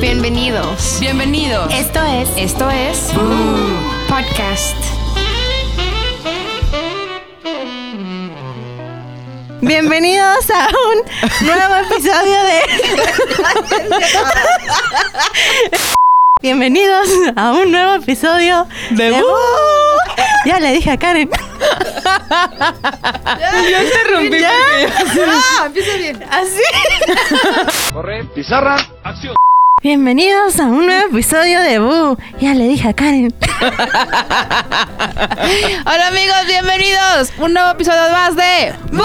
Bienvenidos. Bienvenidos. Esto es. Esto es. Podcast. Bienvenidos a un nuevo episodio de. Bienvenidos a un nuevo episodio De Boo. Ya le dije a Karen. Ya interrumpí. Ah, empieza bien. Así. Corre. Pizarra. Acción. Bienvenidos a un nuevo episodio de Boo. Ya le dije a Karen. Eh, Hola amigos, bienvenidos. Un nuevo episodio más de ¡Bú!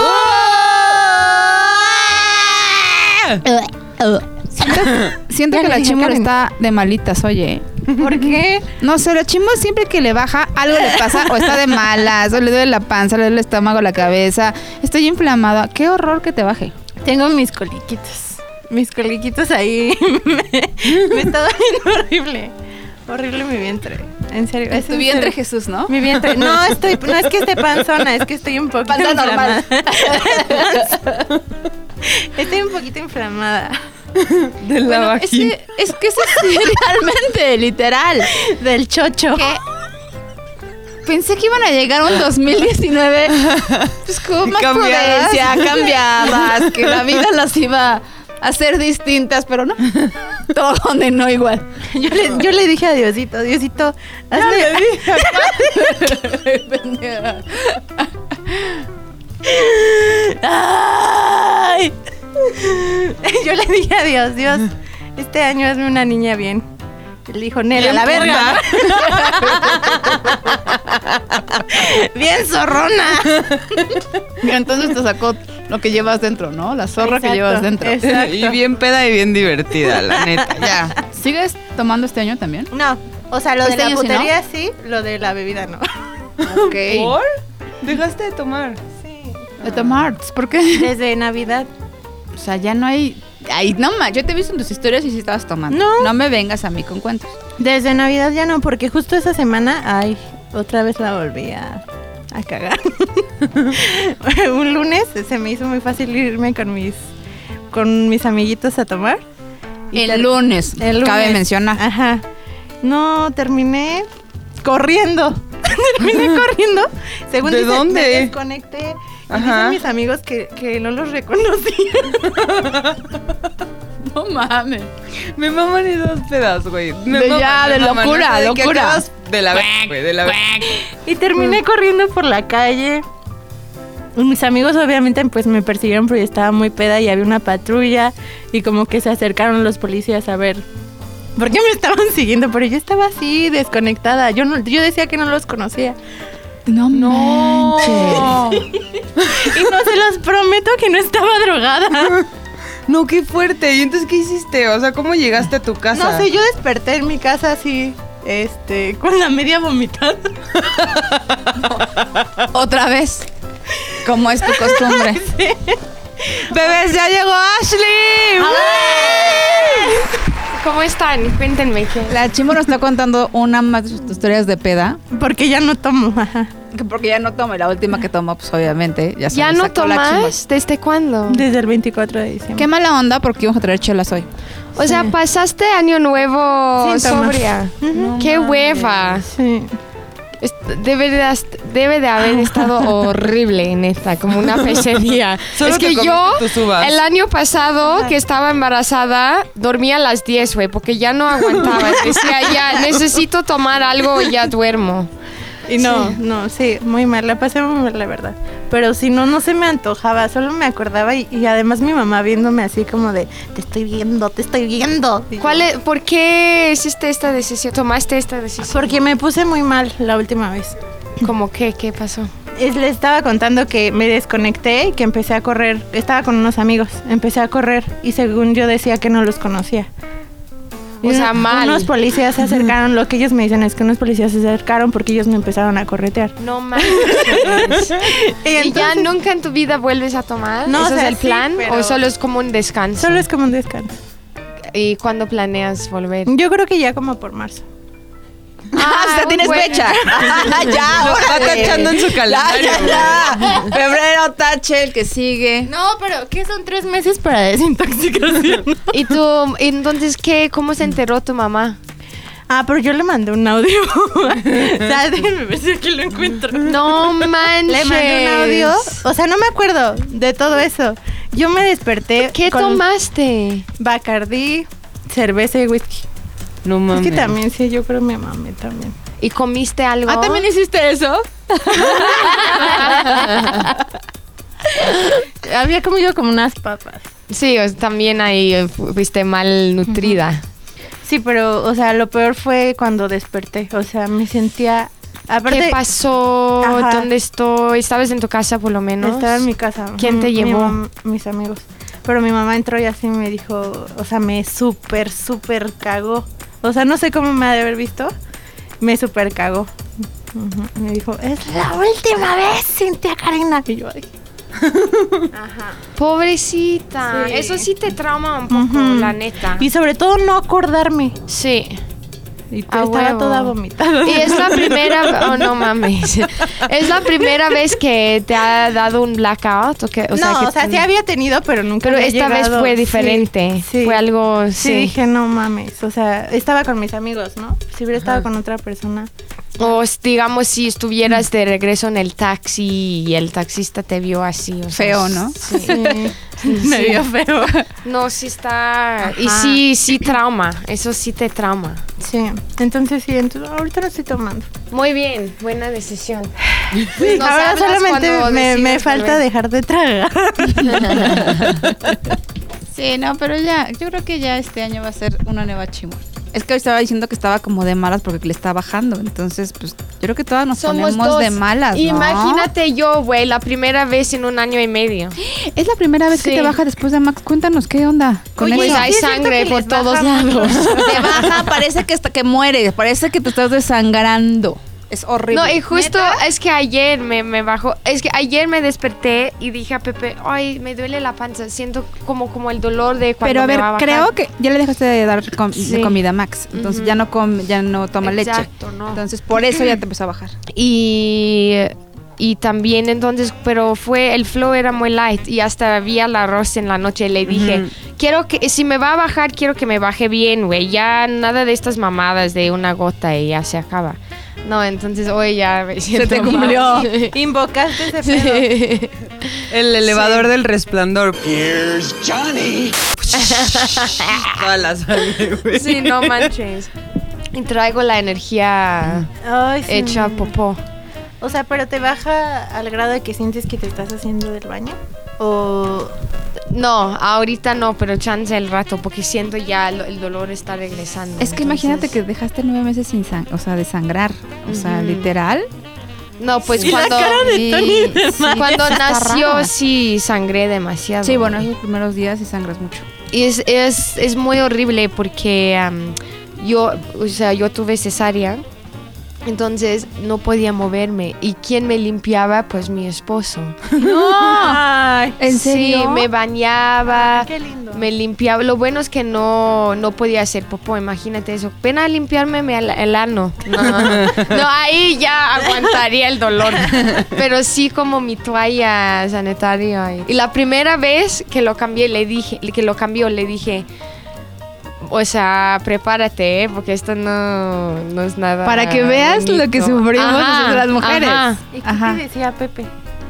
Siento Ya que le la dije, Chimur Karen. está de malitas, oye. ¿Por qué? No sé, la Chimur siempre que le baja, algo le pasa o está de malas, o le duele la panza, le duele el estómago, la cabeza. Estoy inflamada. Qué horror que te baje. Tengo mis coliquitos. Mis coliquitos ahí. me, me está doliendo horrible. Horrible mi vientre. En serio. es en serio. Jesús, ¿no? Mi vientre. No, estoy, no es que esté panzona, es que estoy un poquito Panza normal. inflamada. estoy un poquito inflamada. De la vagina. Es que, es que eso sí, realmente, literal. Del chocho. que pensé que iban a llegar un 2019 pues con más Cambiadas. prudencia, cambiadas, que la vida las iba a hacer distintas, pero no. Todo donde no igual. Yo le, yo le dije a Diosito, Diosito, hazme. Ay. Yo le dije a Dios, Dios, este año hazme una niña bien. Él dijo, Nela, Bien la puta. verga. bien zorrona. Entonces te sacó lo que llevas dentro, ¿no? La zorra que Exacto, llevas dentro. exacto. Y bien peda y bien divertida, la neta. Ya. ¿Sigues tomando este año también? No, o sea, lo Este de la año sí, ¿no? putería sí, lo de la bebida no. Ok. Dejaste de tomar. Sí. De tomar, Pues, ¿por qué? Desde Navidad. O sea, ya no hay... Ay, no más, yo te he visto en tus historias y sí estabas tomando. No. No me vengas a mí con cuentos. Desde Navidad ya no, porque justo esa semana, ay, otra vez la volví a, a cagar. Un lunes se me hizo muy fácil irme con mis con mis amiguitos a tomar. Y ter- El lunes, el lunes. Ah, cabe mencionar. Ajá. No, terminé corriendo. terminé corriendo. Según ¿De dicen, dónde? Me desconecté. Y Ajá. dicen mis amigos que, que no los reconocía. No mames. Me maman esas pedas, güey. Me De maman, ya, me de maman. locura, O sea, de que locura. acabas De la verga, güey, de la verga. Y terminé corriendo por la calle. Y Mis amigos obviamente pues me persiguieron porque estaba muy peda y había una patrulla y como que se acercaron los policías a ver por qué me estaban siguiendo, pero yo estaba así desconectada, yo no, yo decía que no los conocía No, y no se los prometo que no estaba drogada. No, qué fuerte. ¿Y entonces qué hiciste? O sea, ¿cómo llegaste a tu casa? No sé, yo desperté en mi casa así, este, con la media vomitada. Otra vez. Como es tu costumbre. Bebés, ya llegó Ashley. ¿Cómo están? Cuéntenme qué. La Chimo nos está contando una más de sus historias de peda. Porque ya no tomo, ajá. que Porque ya no toma. y La última que tomó, pues obviamente. Ya, se ¿Ya le no sacó la tomas? Chimo. ¿Desde cuándo? Desde el 24 de diciembre. Qué mala onda porque íbamos a traer chelas hoy. O sea, Sí. pasaste año nuevo Sin tomar. sobria. Ujú. ¡Qué hueva! Sí. Es- Debe de, has- debe de haber estado horrible, neta, como una pesadilla. Solo es te que comiste yo, tus uvas. el año pasado que estaba embarazada, dormía a las 10, güey, porque ya no aguantaba. Decía, ya necesito tomar algo y ya duermo. Y no, no, sí, muy mal, la pasé muy mal, la verdad. Pero si no, no se me antojaba, solo me acordaba y, y además mi mamá viéndome así como de, te estoy viendo, te estoy viendo. Y yo, ¿Cuál es- ¿Por qué hiciste esta decisión? ¿Tomaste esta decisión? Porque me puse muy mal la última vez. ¿Cómo qué? ¿Qué pasó? Es- le estaba contando que me desconecté y que empecé a correr, estaba con unos amigos, empecé a correr y según yo decía que no los conocía. O sea, uno- mal. Unos policías se acercaron, lo que ellos me dicen es que unos policías se acercaron porque ellos me empezaron a corretear. No mames. Y ¿Y ya entonces, nunca en tu vida vuelves a tomar? No, ¿Eso o sea, es el sí, plan? ¿O pero- solo es como un descanso? Solo es como un descanso. ¿Y cuándo planeas volver? Yo creo que ya como por marzo. Ah, o sea, muy tienes buena. fecha. ya, Lo está órale. tachando en su calendario, Ya, ya, ya. Febrero, tache, el que sigue. No, pero ¿qué son tres meses para desintoxicación? ¿Y tú, entonces qué? ¿Cómo se enteró tu mamá? ah, pero yo le mandé un audio. o sea, déjenme ver si aquí lo encuentro. No manches. Le mandé un audio. O sea, no me acuerdo de todo eso. Yo me desperté. ¿Qué con tomaste? Bacardí, cerveza y whisky. No Es mames. que también, sí, yo creo me mamé también. ¿Y comiste algo? Ah, ¿también hiciste eso? Había comido como unas papas. Sí, o- también ahí eh, fu- fuiste mal nutrida. Sí, pero, o sea, lo peor fue cuando desperté. O sea, me sentía. Aparte, ¿Qué pasó? Ajá. ¿Dónde estoy? ¿Estabas en tu casa por lo menos? Estaba en mi casa. mm, ¿Quién te Mi llevó? mam- mis amigos. Pero mi mamá entró y así me dijo, o sea, me súper, súper cagó. O sea, no sé cómo me ha de haber visto. Me súper cagó. Ujú. Me dijo, es la última vez, Cintia Karina. Y yo, "Ay". Pobrecita. Sí. Eso sí te trauma un poco, Ujú. la neta. Y sobre todo no acordarme. Sí. Ah, Y estaba huevo. toda vomitada. Y es la primera, oh no mames, es la primera vez que te ha dado un blackout, o, que, o no, sea, que- mm, o sea, sí había tenido, pero nunca pero había esta vez llegado. fue Sí, diferente, sí. fue algo, sí, Sí, dije, no mames. O sea, estaba con mis amigos, ¿no? Si hubiera estado con otra persona. o s- digamos si Mm. estuvieras de regreso en el taxi y el taxista te vio así, o sea, Feo, ¿no? sí. me vio feo. No, sí está, y Ajá. sí, sí trauma, eso sí te trauma. Sí, entonces sí, entonces ahorita no estoy tomando. Muy bien, buena decisión. Pues nos Ahora hablas solamente cuando me, me decidas falta volver. dejar de tragar. Sí, no, pero ya, yo creo que ya este año va a ser una nueva chimor. Es que hoy estaba diciendo que estaba como de malas porque le está bajando. Entonces, pues yo creo que todas nos ponemos de malas. ¿no? Imagínate yo, güey, la primera vez en un año y medio. Es la primera vez Sí. que te baja después de Max. Cuéntanos qué onda con Pues eso. hay Sí, es cierto sangre que por les baja todos mucho. lados. Te baja, parece que hasta que mueres, parece que te estás desangrando. Es horrible. No, y justo es que ayer me, me bajó, es que ayer me desperté y dije a Pepe, ay, me duele la panza, siento como, como el dolor de cuando Pero a me ver, va a bajar". creo que ya le dejaste de dar com- Sí. de comida a Max. Entonces ya no com- ya no toma leche. Exacto, no. Entonces por eso ya te empezó a bajar. Y, y también entonces, pero fue, el flow era muy light y hasta vi al arroz en la noche y le dije, Ujú. quiero que, si me va a bajar, quiero que me baje bien, güey, ya nada de estas mamadas de una gota y ya se acaba. No, entonces hoy ya me siento mal. Invocaste ese pedo. Sí. El elevador del resplandor. Here's Johnny. Toda la sangre, güey. Sí, no manches. Y traigo la energía Ay, Ah, sí. hecha popó. O sea, pero te baja al grado de que sientes que te estás haciendo del baño. O. No, ahorita no, pero chance el rato, porque siento ya el, el dolor está regresando. Es que imagínate que entonces- dejaste nueve meses sin sang o sea, de sangrar. O sea, Ujú. literal. No, pues Y la cuando, cara de sí, Tony de sí, madre. cuando Está nació rara. sí sangré demasiado. Sí, bueno, esos primeros días sí sangras mucho. Y es, es, es muy horrible porque am, yo, o sea, yo tuve cesárea, entonces no podía moverme. ¿Y quién me limpiaba? Pues mi esposo. Ay, ¿En serio? Sí, me bañaba. qué lindo. Me limpiaba. Lo bueno es que no, no podía hacer popó, imagínate eso. Ven a limpiarme mi al- el ano. No, no, ahí ya aguantaría el dolor. Pero sí como mi toalla sanitaria. Y la primera vez que lo cambié, le dije, que lo cambió, le dije, o sea, prepárate, ¿eh? porque esto no, no es nada. Para que veas lo que bonito". sufrimos Ajá, nosotras las mujeres. ajá. ¿Y qué Ajá. te decía Pepe?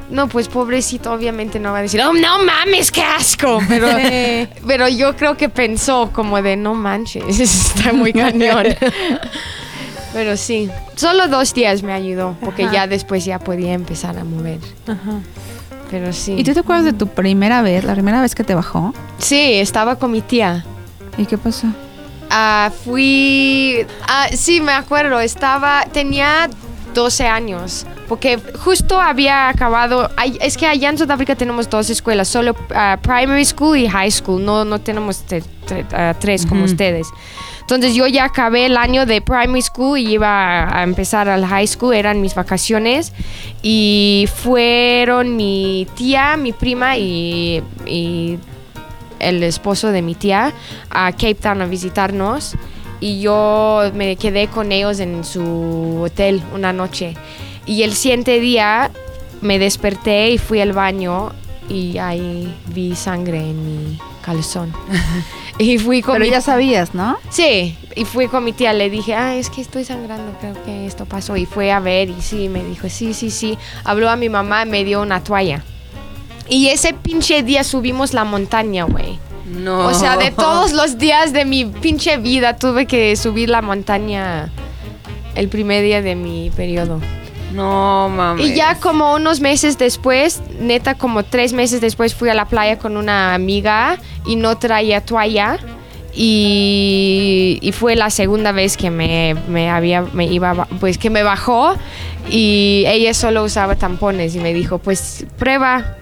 No, pues pobrecito, obviamente no va a decir, oh, no mames, qué asco. Pero, pero yo creo que pensó como de, no manches, está muy cañón. pero sí, solo dos días me ayudó, porque Ajá. ya después ya podía empezar a mover. Ajá. Pero sí. ¿Y tú te acuerdas de tu primera vez, la primera vez que te bajó? Sí, estaba con mi tía. ¿Y qué pasó? Ah, fui. ah, sí, me acuerdo. Estaba. Tenía 12 años. Porque justo había acabado. ay, Es que allá en Sudáfrica tenemos dos escuelas: solo ah, primary school y high school. No, no tenemos te- tre- ah, tres como Ujú. ustedes. Entonces yo ya acabé el año de primary school y iba a- a empezar al high school. Eran mis vacaciones. Y fueron mi tía, mi prima y- y el esposo de mi tía a Cape Town a visitarnos y yo me quedé con ellos en su hotel una noche. Y el siguiente día me desperté y fui al baño y ahí vi sangre en mi calzón. y fui con Pero mi- ya sabías, ¿no? Sí, y fui con mi tía, le dije, ah, es que estoy sangrando, creo que esto pasó. Y fue a ver y sí, me dijo, sí, sí, sí. Habló a mi mamá, me dio una toalla. Y ese pinche día subimos la montaña, güey. No. O sea, de todos los días de mi pinche vida tuve que subir la montaña el primer día de mi periodo. No, mames. Y ya como unos meses después, neta como tres meses después fui a la playa con una amiga y no traía toalla. Y, y fue la segunda vez que me, me había, me iba, a ba- pues que me bajó y ella solo usaba tampones y me dijo, pues prueba,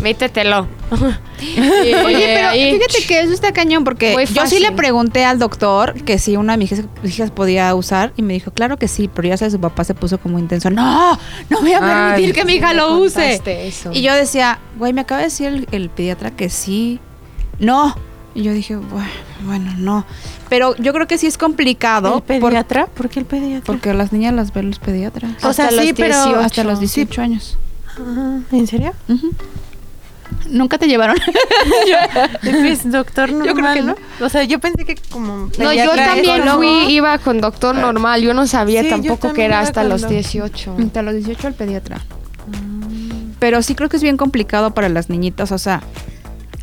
métetelo. Oye, pero fíjate que eso está cañón porque Muy yo sí Eh, fácil. le pregunté al doctor que si una de mis hijas- hijas podía usar y me dijo, claro que sí, pero ya sabes, su papá se puso como intenso, no, no voy a permitir Ay, que mi hija lo use. Y Y yo, yo decía, güey, me acaba de decir el, el pediatra que sí. No. Y yo dije, "Bue- bueno, no. Pero yo creo que sí es complicado ¿El por- pediatra? ¿Por qué el pediatra? porque las niñas las ven los pediatras. O sea, Hasta sí, los pero... 18. Hasta los 18 años. Ah, ¿En serio? Ujú. Nunca te llevaron. Pues doctor normal, Yo creo que ¿no? O sea, yo pensé que no, como... yo pediatra, también ecólogo. fui, iba con doctor normal, yo no sabía Sí, yo tampoco que también era iba hasta con los doctor. 18. Hasta los 18 al pediatra. Pero sí creo que es bien complicado para las niñitas, o sea,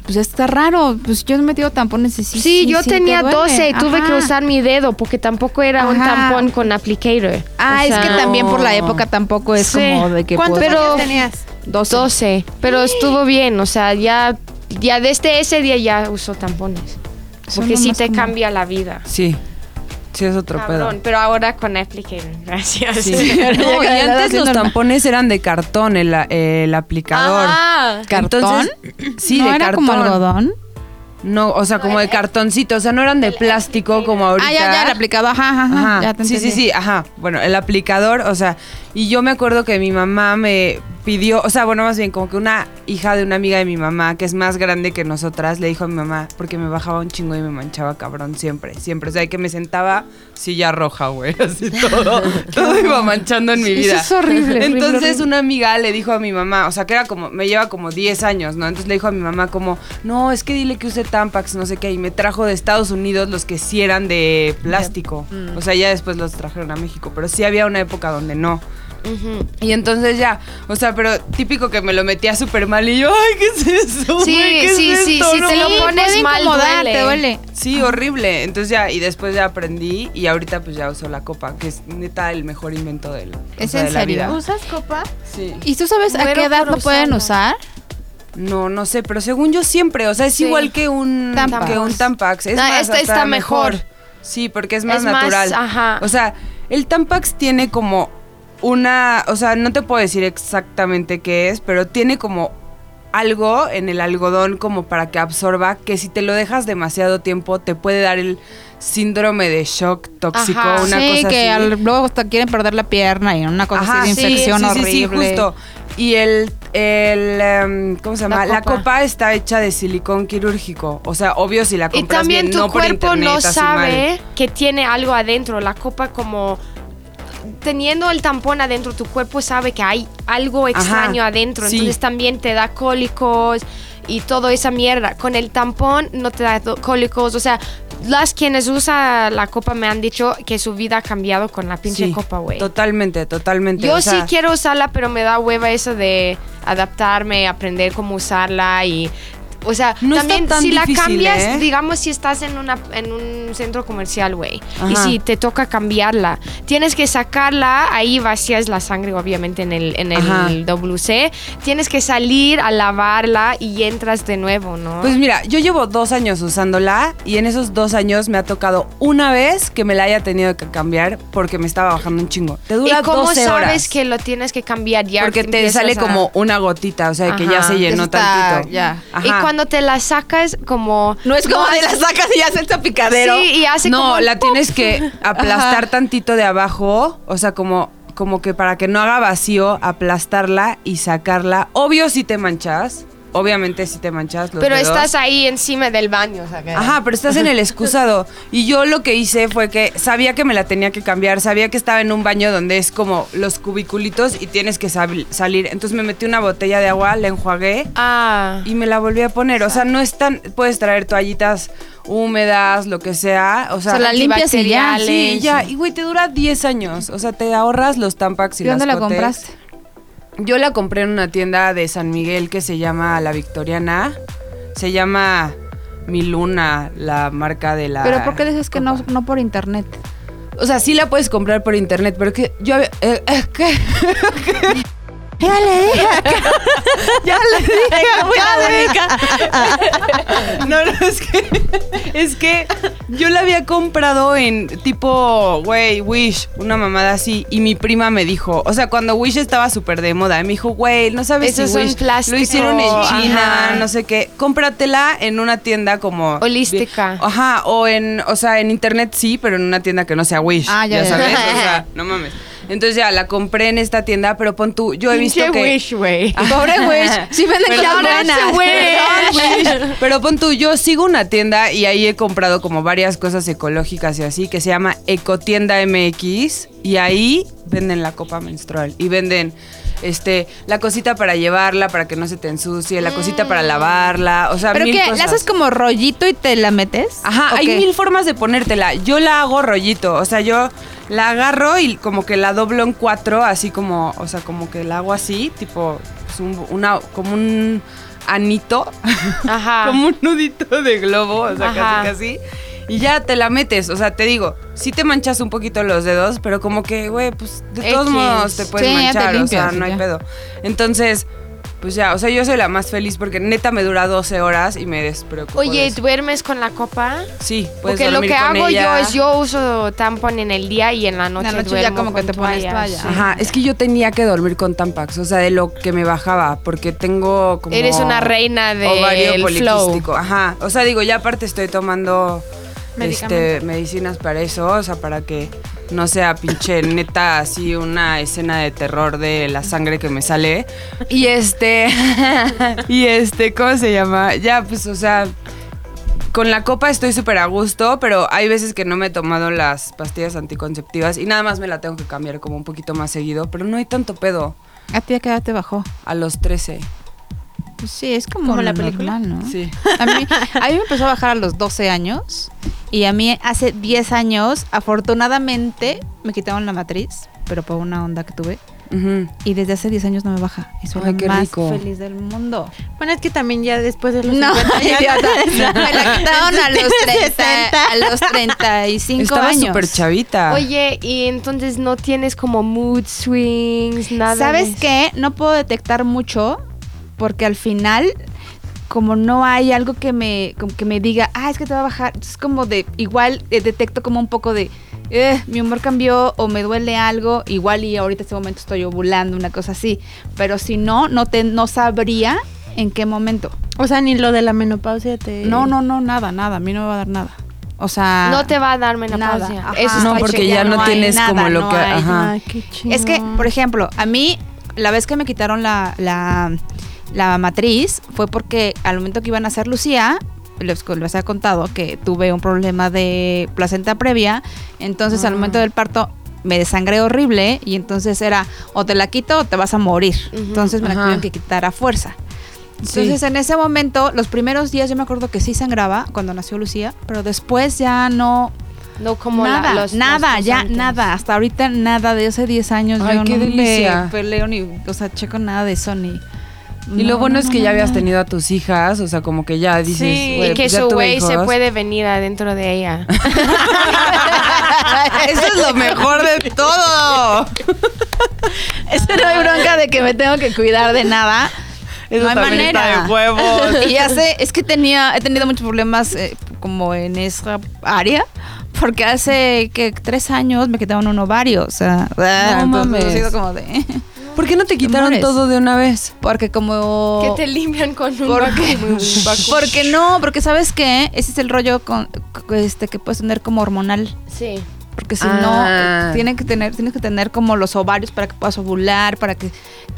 pues está raro, pues yo no he metido tampones y sí. Sí, yo sí, te tenía duele. 12 y tuve que Ajá. usar mi dedo porque tampoco era un Ajá. tampón con applicator. Ah, O sea, es que también por la época tampoco es Sí. como de que ¿Cuántos puedo- años tenías? 12. 12, pero estuvo bien, o sea, ya ya desde ese día ya usó tampones. Son Porque sí nomás te como- cambia la vida. Sí. Sí, es otro Cabrón, pedo. pero ahora con applicator. Gracias. Sí. No, y cada edad antes es los normal. tampones eran de cartón, el, el aplicador. Ajá. Ah, ¿Cartón? Entonces, sí, ¿No de era cartón. como algodón? ¿Eh? No, o sea, como de cartoncito, o sea, no eran de plástico como ahorita. Ah, ya, ya, el aplicado, ajá, ajá, ajá, Ajá. ya te sí, sí, entendí. sí, ajá. Bueno, el aplicador, o sea, y yo me acuerdo que mi mamá me pidió, o sea, bueno, más bien como que una hija de una amiga de mi mamá, que es más grande que nosotras, le dijo a mi mamá, porque me bajaba un chingo y me manchaba cabrón siempre, siempre. O sea, que me sentaba silla roja, güey, así todo, todo iba manchando en mi Eso vida. es horrible, horrible, Entonces horrible. una amiga le dijo a mi mamá, o sea, que era como, me lleva como 10 años, ¿no? Entonces le dijo a mi mamá como, no, es que dile que use Tampax, no sé qué, y me trajo de Estados Unidos los que sí eran de plástico. Mm. O sea, ya después los trajeron a México, pero sí había una época donde no. Ujú. Y entonces ya, o sea, pero típico que me lo metía súper mal y yo, ay, ¿qué es eso? Sí, güey? ¿Qué es sí, sí, esto, sí, no te lo mames?" pones puede mal, incomodar, duele. te duele. Sí, horrible. Entonces ya, y después ya aprendí y ahorita pues ya uso la copa, que es neta el mejor invento del, o ¿Es sea, en de la serio? vida. ¿Usas copa? Sí. ¿Y tú sabes a Muero qué edad por lo pueden usarla. usar? No, no sé, pero según yo siempre, o sea, es Sí. igual que un Tampax. que un Tampax. Es No, más, este hasta está mejor. Sí, porque es más Es más, natural. ajá. O sea, el Tampax tiene como una, o sea, no te puedo decir exactamente qué es, pero tiene como algo en el algodón como para que absorba, que si te lo dejas demasiado tiempo te puede dar el síndrome de shock tóxico, Ajá. una sí, cosa que así. al- luego hasta quieren perder la pierna y una cosa así de sí, infección sí, sí, horrible. sí, justo. Y el, el em, ¿cómo se La llama? La copa. copa. está hecha de silicón quirúrgico. O sea, obvio si la Y compras también bien, tu no por cuerpo internet, no así mal. sabe que tiene algo adentro. La copa como... Teniendo el tampón adentro, tu cuerpo sabe que hay algo extraño adentro. sí. Entonces también te da cólicos y toda esa mierda. Con el tampón no te da do- cólicos. O sea, las quienes usan la copa me han dicho que su vida ha cambiado con la pinche Sí, copa, güey. Totalmente, totalmente. Yo o sea, sí quiero usarla, pero me da hueva eso de adaptarme, aprender cómo usarla y... O sea, No está también tan si la difícil, cambias, ¿eh? digamos si estás en, una, en un centro comercial, güey, y Ajá. si te toca cambiarla, tienes que sacarla, ahí vacías la sangre obviamente en el, en Ajá. el WC, tienes que salir a lavarla y entras de nuevo, ¿no? Pues mira, yo llevo dos años usándola y en esos dos años me ha tocado una vez que me la haya tenido que cambiar porque me estaba bajando un chingo. Te dura ¿Y cómo 12 sabes horas. que lo tienes que cambiar ya? porque te empiezas sale a- como una gotita, o sea, que ya Ajá. se llenó Eso está- tantito. ya. Y Ajá. cuando te la sacas como... No es como de hace- las sacas y hace el tapicadero. Sí, y hace no, como... un la pop. tienes que aplastar tantito de abajo, o sea, como como que para que no haga vacío, aplastarla y sacarla. Obvio si te manchas, obviamente si te manchas los Pero dedos- estás ahí encima del baño, o sea, que- Ajá, pero estás en el excusado. Y yo lo que hice fue que sabía que me la tenía que cambiar, sabía que estaba en un baño donde es como los cubiculitos y tienes que sab- salir. Entonces me metí una botella de agua, la enjuagué Ah. y me la volví a poner. O sea, no es tan. Puedes traer toallitas húmedas, lo que sea. O sea, O sea, la limpias y ya. antibacteriales. Sí, ya. Y güey, te dura 10 años. O sea, te ahorras los tampax y ¿Y dónde las la Cotex. compraste? Yo la compré en una tienda de San Miguel que se llama La Victoriana. Se llama Mi Luna, la marca de la. Pero ¿por qué dices que no, no por internet? O sea, sí la puedes comprar por internet, pero que yo había. eh, eh, ¿Qué? Ya le dije. ya le dije. No, no, es que. Es que yo la había comprado en tipo, güey, Wish, una mamada así. Y mi prima me dijo, o sea, cuando Wish estaba súper de moda, me dijo, güey, no sabes Esos si son Wish plástico, lo hicieron en China, ajá. no sé qué. Cómpratela en una tienda como. Holística. Ajá, o en, o sea, en internet sí, pero en una tienda que no sea Wish. Ah, ya, ya, ya. sabes, o sea, no mames. Entonces ya la compré en esta tienda, pero pon tú, yo he visto Pinche que Wish, güey. Pobre güey. Sí venden Perdón, cosas ese buenas. güey. Pero pon tú, yo sigo una tienda y ahí he comprado como varias cosas ecológicas y así, que se llama Ecotienda MX. Y ahí venden la copa menstrual. Y venden este la cosita para llevarla, para que no se te ensucie, la cosita para lavarla. O sea, Mm. ¿Pero mil qué? cosas. ¿La haces como rollito y te la metes? Ajá, ¿O hay qué? mil formas de ponértela. Yo la hago rollito, o sea, yo la agarro y como que la doblo en cuatro, así como, o sea, como que la hago así, tipo, pues, un- una, como un anito, Ah, Ajá. como un nudito de globo, o sea, Ajá. casi casi. Y ya te la metes, o sea, te digo, sí te manchas un poquito los dedos, pero como que, güey, pues de todos X. modos te puedes Sí, ya te manchar, o limpias sea, y no hay ya. pedo. Entonces, pues ya, o sea, yo soy la más feliz porque neta me dura 12 horas y me despreocupo. de Oye, eso. ¿duermes con la copa? Sí, puedes Porque lo dormir que con hago ella. yo es yo uso tampón en el día y en la noche la noche ya duermo como que con te pones toallas. toalla. Ajá, es que yo tenía que dormir con Tampax, o sea, de lo que me bajaba, porque tengo como... Eres una reina ovario del flow. poliquístico, ajá. O sea, digo, ya aparte estoy tomando este, Medicamento. medicinas para eso, o sea, para que no sea pinche neta así una escena de terror de la sangre que me sale. Y este, y este, ¿cómo se llama? Ya, pues, o sea, con la copa estoy súper a gusto, pero hay veces que no me he tomado las pastillas anticonceptivas y nada más me la tengo que cambiar como un poquito más seguido, pero no hay tanto pedo A ti ya quedaste bajó. a los 13. Pues sí, es como, Como lo la película. normal, ¿no? Sí. A mí, a mí me empezó a bajar a los 12 años y a mí hace 10 años, afortunadamente, me quitaron la matriz, pero por una onda que tuve. Ujú. Y desde hace 10 años no me baja. Y soy Ay, la qué más rico. feliz del mundo. Bueno, es que también ya después de los No, 50 ya idiota. Me la quitaron a los, Entonces, 30, a los 35 Estaba años. súper chavita. Oye, y entonces no tienes como mood swings, nada. de ¿Sabes eso? qué? No puedo detectar mucho porque al final como no hay algo que me como que me diga, "Ah, es que te va a bajar." Es como de igual eh, detecto como un poco de "Eh, mi humor cambió o me duele algo, igual y ahorita en este momento estoy ovulando, una cosa así, pero si no no te no sabría en qué momento. O sea, ni lo de la menopausia te... No, no, no, nada, nada, a mí no me va a dar nada. O sea, No te va a dar menopausia. Nada, ajá. Eso no, está porque chido. ya no, no hay tienes nada, como lo no que. hay ajá. Ay, qué chido. Es que, por ejemplo, a mí, la vez que me quitaron la, la, la matriz fue porque al momento que iban a hacer Lucía, les, les había contado que tuve un problema de placenta previa, entonces Ah. al momento del parto me desangré horrible y entonces era o te la quito o te vas a morir. Ujú, entonces me la ajá. tuvieron que quitar a fuerza. Sí. Entonces en ese momento, los primeros días yo me acuerdo que sí sangraba cuando nació Lucía, pero después ya no, No como la- nada, los- nada, los ya pasantes. nada. Hasta ahorita nada de hace 10 años. Ay, yo qué no delicia. me peleo ni, o sea, checo nada de eso ni. Y No, lo bueno no, es no, que ya no, habías no. tenido a tus hijas, o sea, como que ya dices. Sí, güey, Y que pues ya su tuve güey se hijos. puede venir adentro de ella. Eso es lo mejor de todo. Esa no hay bronca de que me tengo que cuidar de nada. Eso no hay también está manera. de huevos. Y ya sé, es que tenía, he tenido muchos problemas eh, como en esa área. Porque hace que tres años me quitaron un ovario. O sea, mames. ha sido como de. ¿Por qué no te quitaron Amores. todo de una vez? Porque como. Oh. que te limpian con un ¿Por vacu- qué? un vacu- Porque no, porque sabes qué, ese es el rollo con, con este que puedes tener como hormonal. Sí. porque si Ah. no eh, tiene que tener tienes que tener como los ovarios para que puedas ovular, para que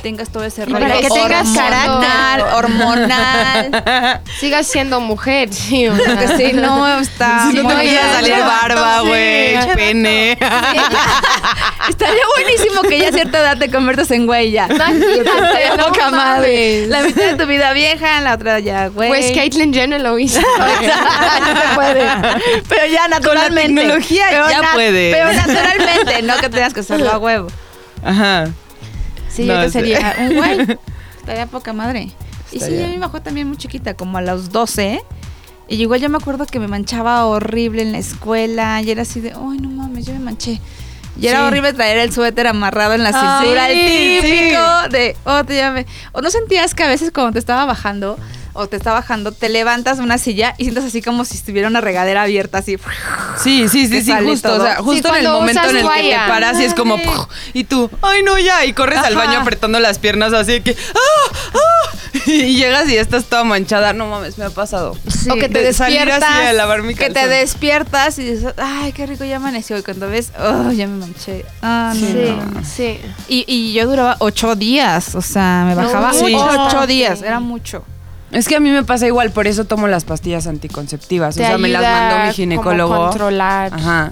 tengas todo ese Y para rollo que tengas hormonal, carácter. hormonal, Sigas siendo mujer, sí. o sea. porque si Ah, no está Si no te muy- empieza a salir chato, barba, sí, güey, chato. pene. Estaría buenísimo que ya a cierta edad te conviertas en güey ya. Imagínate, no Poca madre. mames. La mitad de tu vida vieja, la otra ya güey. Pues Caitlyn Jenner lo hizo. no se puede. Pero ya naturalmente. tecnología Pero ya na- puede. Pero naturalmente, no que tengas que hacerlo a huevo. Ajá. Sí, No, yo sí. sería un güey. Estaría poca madre. Y sí, Estaría. a mí me bajó también muy chiquita, como a los 12. Y igual yo me acuerdo que me manchaba horrible en la escuela. Y era así de, ay, no mames, yo me manché. Y era Sí. horrible traer el suéter amarrado en la Ay, cintura, el sí, típico de, oh, te llamé. O no sentías que a veces cuando te estaba bajando, o te está bajando, te levantas de una silla y sientes así como si estuviera una regadera abierta, así. Sí, sí, Que sí, sí, sale justo, todo. o sea, Sí, justo en el cuando momento usas en el que guaya. te paras y es como Ándale. ¡puj! y tú, ay no ya, y corres al Ajá. baño apretando las piernas así que ¡ah! ¡ah! y llegas y ya estás toda manchada, no mames, me ha pasado. Sí. O que te De salir despiertas. así a lavar mi que te calzón. despiertas y dices, ay, qué rico, ya amaneció. Y cuando ves, oh, ya me manché. Ah, no, Sí, no. sí. Y, y yo duraba ocho días, o sea, me No, bajaba sí. ocho, mucho. ocho días, era mucho. Es que a mí me pasa igual, por eso tomo las pastillas anticonceptivas, o Te sea, me las ayuda mandó mi como ginecólogo. controlar. Ajá.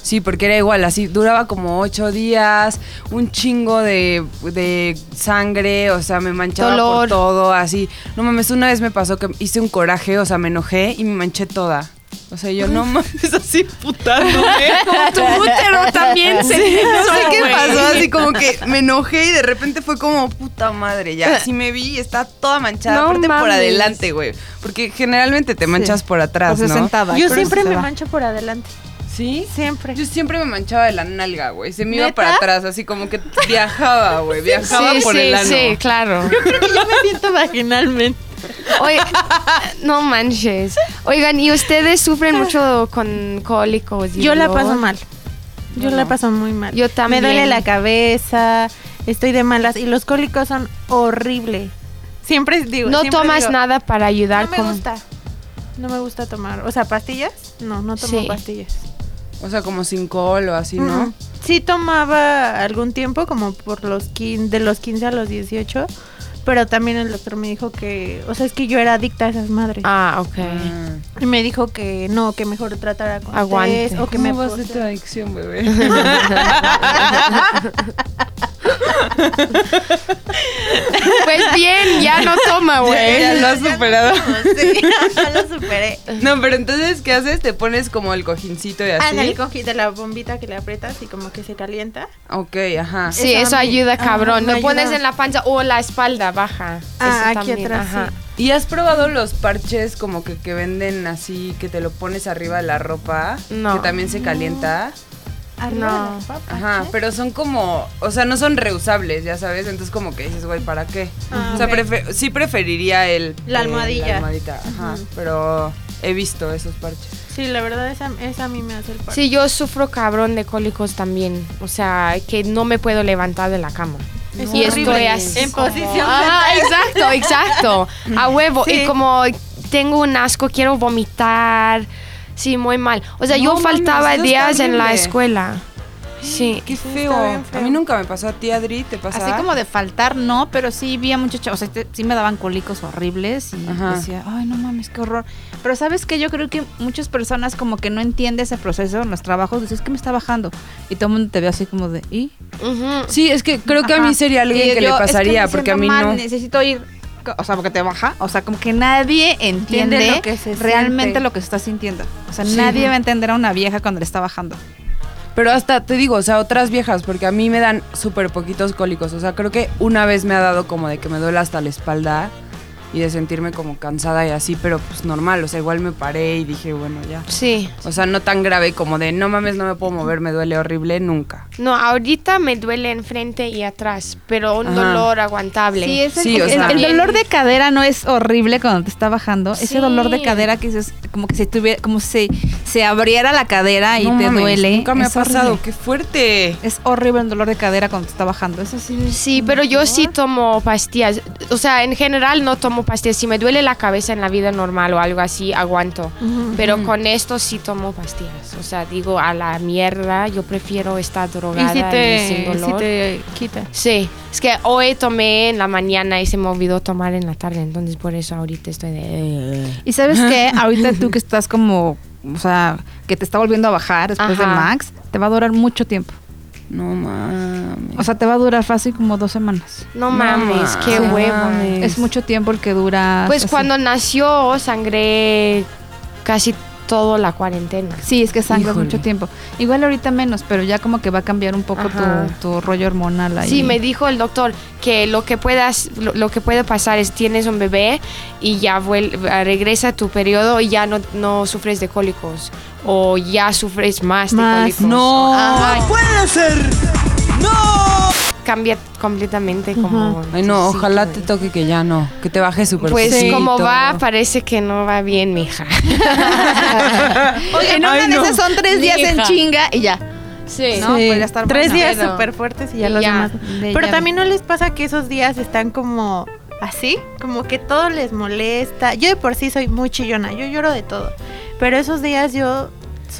Sí, porque era igual, así duraba como ocho días, un chingo de, de sangre, o sea, me manchaba Dolor. por todo, así. No mames, una vez me pasó que hice un coraje, o sea, me enojé y me manché toda. O sea, yo no mames, así putándome. Como tu útero también se No sé qué pasó, así como que me enojé y de repente fue como puta madre, ya. Así me vi y está toda manchada, No aparte por mames. adelante, güey. Porque generalmente te manchas por atrás, Pues se ¿no? sentaba. Yo pero siempre se me va. mancho por adelante. ¿Sí? Siempre. Yo siempre me manchaba de la nalga, güey. Se me iba ¿Neta? para atrás, así como que viajaba, güey. Viajaba Sí, por sí, el ano. sí, claro. Yo me siento vaginalmente. Oye, no manches. Oigan, ¿y ustedes sufren mucho con cólicos? y Yo la dolor? paso mal. Yo Yo la no. paso muy mal. Yo también. Me duele la cabeza, estoy de malas y los cólicos son horrible. Siempre digo. No siempre tomas digo, nada para ayudar. No me como- gusta. No me gusta tomar. O sea, pastillas. No, no tomo Sí. pastillas. O sea, como sin col o así, ¿no? Mm, Sí tomaba algún tiempo, como por los quin- de los 15 a los 18. Pero también el doctor me dijo que. O sea, es que yo era adicta a esas madres. Ah, ok. Ah. Y me dijo que no, que mejor tratara con Aguante. test, O que me vas pos- de tu adicción, bebé? Pues bien, ya no toma, Ya, güey. ya lo has superado. Sí, ya lo superé. No, pero entonces, ¿qué haces? Te pones como el cojincito y Ah, así. de la bombita que le aprietas y como que se calienta. Ok, ajá. Sí, Eso eso a mí- ayuda, ajá, cabrón. me Lo pones ayuda. en la panza o la espalda baja. Ah, Eso aquí también, atrás, ajá. sí. ¿Y has probado los parches como que, que venden así, que te lo pones arriba de la ropa? No. Que también se calienta. No. de la papa, Ajá, ¿qué? pero son como, o sea, no son reusables, ya sabes, entonces como que dices, güey, ¿para qué? Ah, o sea, ok. prefe- sí preferiría el... La el- almohadilla. la almohadita, ajá, Ujú. pero he visto esos parches. Sí, la verdad esa, esa a mí me hace el par. Sí, yo sufro cabrón de cólicos también. O sea, que no me puedo levantar de la cama. Es y estoy horrible. así. En posición Ah, exacto, exacto. A huevo. Sí. Y como tengo un asco, quiero vomitar. Sí, muy mal. O sea, No yo mames, faltaba eso está días en la horrible. escuela. Sí. Qué está feo. bien feo. A mí nunca me pasó a ti, Adri, ¿te pasa? Así como de faltar, no, pero sí vi a muchos chavos, o sea, te- sí me daban colicos horribles y Ajá. decía, ay, no mames, qué horror. Pero sabes que yo creo que muchas personas como que no entienden ese proceso en los trabajos, dices, es que me está bajando. Y todo el mundo te ve así como de, ¿y? Ujú. Sí, es que creo que a mí Ajá. sería alguien Y que yo, le es pasaría, me porque a siento mí mal, no. Necesito ir, o sea, porque te baja, o sea, como que nadie entiende, Entiende lo que se realmente siente. lo que se está sintiendo. O sea, Sí. nadie va a entender a una vieja cuando le está bajando. Pero hasta te digo, o sea, otras viejas, porque a mí me dan súper poquitos cólicos. O sea, creo que una vez me ha dado como de que me duele hasta la espalda y de sentirme como cansada y así, pero pues normal. O sea, igual me paré y dije, bueno, ya. Sí. O sea, no tan grave como de no mames, no me puedo mover, me duele horrible, nunca. No, ahorita me duele enfrente y atrás, pero un Ajá. dolor aguantable. Sí, es el- Sí, o el, sea- el dolor de cadera no es horrible cuando te está bajando. Sí. Ese dolor de cadera que es como que se tuviera, como se, se abriera la cadera y No te mames, duele. Nunca me Es ha pasado, horrible. qué fuerte. Es horrible el dolor de cadera cuando te está bajando. Eso sí. Sí, pero yo sí tomo pastillas. O sea, en general no tomo pastillas. Si me duele la cabeza en la vida normal o algo así, aguanto. Pero con esto sí tomo pastillas. O sea, digo, a la mierda, yo prefiero estar Y drogada si y, sin te, si dolor. te quita. Sí, es que hoy tomé en la mañana y se me olvidó tomar en la tarde. Entonces, por eso ahorita estoy de... Y sabes qué, ahorita tú que estás como, o sea, que te está volviendo a bajar después de Ajá. Max, te va a durar mucho tiempo. No mames. O sea, te va a durar fácil como dos semanas. No mames, qué mames. hueva. Es mucho tiempo el que dura. Pues así. cuando nació, sangré casi toda la cuarentena. Sí, es que sangras Híjole. mucho tiempo. Igual ahorita menos, pero ya como que va a cambiar un poco Ajá. tu, tu rollo hormonal ahí. Sí, me dijo el doctor que lo que puedas, lo, lo que puede pasar es tienes un bebé y ya vuel- ah, regresa tu periodo y ya no, no sufres de cólicos o ya sufres más, Más. de cólicos. No. Ajá. Cambia completamente como. Ay, no, Sí, ojalá güey. te toque que ya no, que te baje súper Pues poquito. como va, parece que no va bien, mija. Oye, en una de Ay, no. esas son tres días en Hija. chinga y ya. Sí. No, podría estar Tres buena. días Pero- súper fuertes y ya y los ya, demás. de Pero ya. también no les pasa que esos días están como así, como que todo les molesta. Yo de por sí soy muy chillona, yo lloro de todo. Pero esos días yo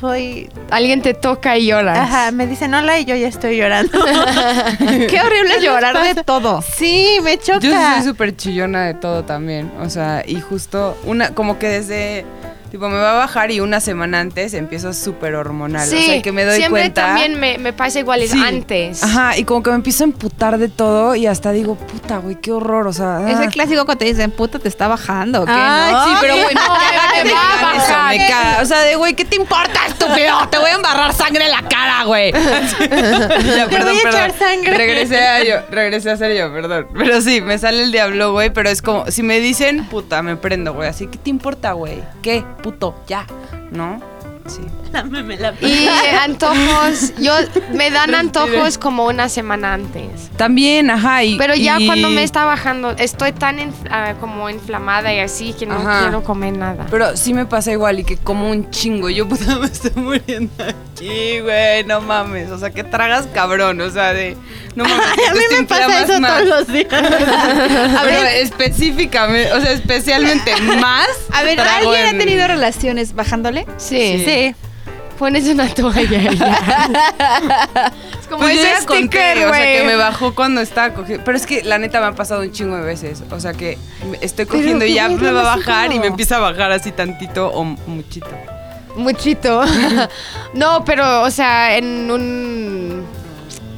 soy, Alguien te toca y lloras. ajá, me dicen hola y yo ya estoy llorando. Qué horrible les llorar de pasa? todo. sí, me choca. Yo sí soy súper chillona de todo también. O sea, y justo una, como que desde. Tipo, me va a bajar y una semana antes empiezo súper hormonal. o sea, que me doy siempre cuenta. también me, me pasa igual es Sí. antes. Ajá, y como que me empiezo a emputar de todo y hasta digo, puta, güey, qué horror. O sea, ah. Es el clásico cuando te dicen, puta, te está bajando. ¿o ¿qué? Ay, ¿No? Sí, pero bueno, te me va a digan eso, bajar. me caga. O sea, de güey, ¿qué te importa, estúpido? Te voy a embarrar sangre en la cara, güey. Ya, Te voy a echar sangre. Regresé a yo, regresé a ser yo, perdón. Pero sí, me sale el diablo, güey, pero es como, si me dicen, puta, me prendo, güey. Así, ¿qué te importa, güey? ¿Qué? Puto, ya. ¿No? Sí. Dame, me la- Y antojos, yo me dan antojos como una semana antes. También, ajá, y... Pero ya y- cuando me está bajando, estoy tan inf- ah, como inflamada y así que no Ajá. quiero comer nada. Pero sí me pasa igual y que como un chingo. Yo puta me estoy muriendo aquí, güey. No mames. O sea, que tragas cabrón. O sea, de. No mames. a mí entonces te me pasa inflamas eso más. todos los días. A ver, específicamente. O sea, especialmente más. A ver, trago ¿alguien en- ha tenido relaciones bajándole? sí, Sí. Pones una toalla y ya. es como Pues yo ese ya conté, sticker, o sea, que güey. me bajó cuando estaba cogiendo. Pero es que la neta me ha pasado un chingo de veces. O sea, que me- estoy cogiendo y ya güey, me lo va a más bajar y me incómodo. empieza a bajar así tantito o muchito. Muchito. no, pero, o sea, en un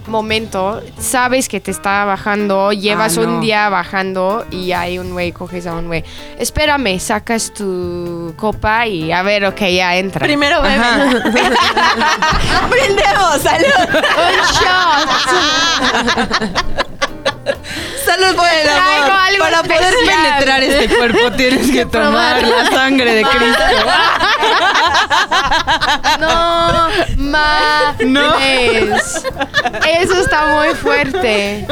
momento sabes que te está bajando, llevas Ah, no. un día bajando y hay un güey, coges a un güey. Espérame, sacas tu copa y a ver, ok, ya entra. Primero beben. ¡Brindemos! ¡Salud! un shot. ¡Salud por el Traigo amor! algo Para poder especial. penetrar este cuerpo tienes que tomar la sangre de Cristo. No, mames. No. Eso está muy fuerte.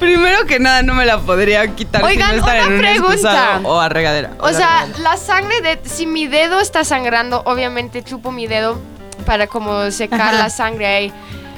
Primero que nada, no me la podría quitar Oigan, sin estar una en un pregunta. excusado o a regadera. O sea, la sangre de... Si mi dedo está sangrando, obviamente chupo mi dedo para como secar la sangre ahí.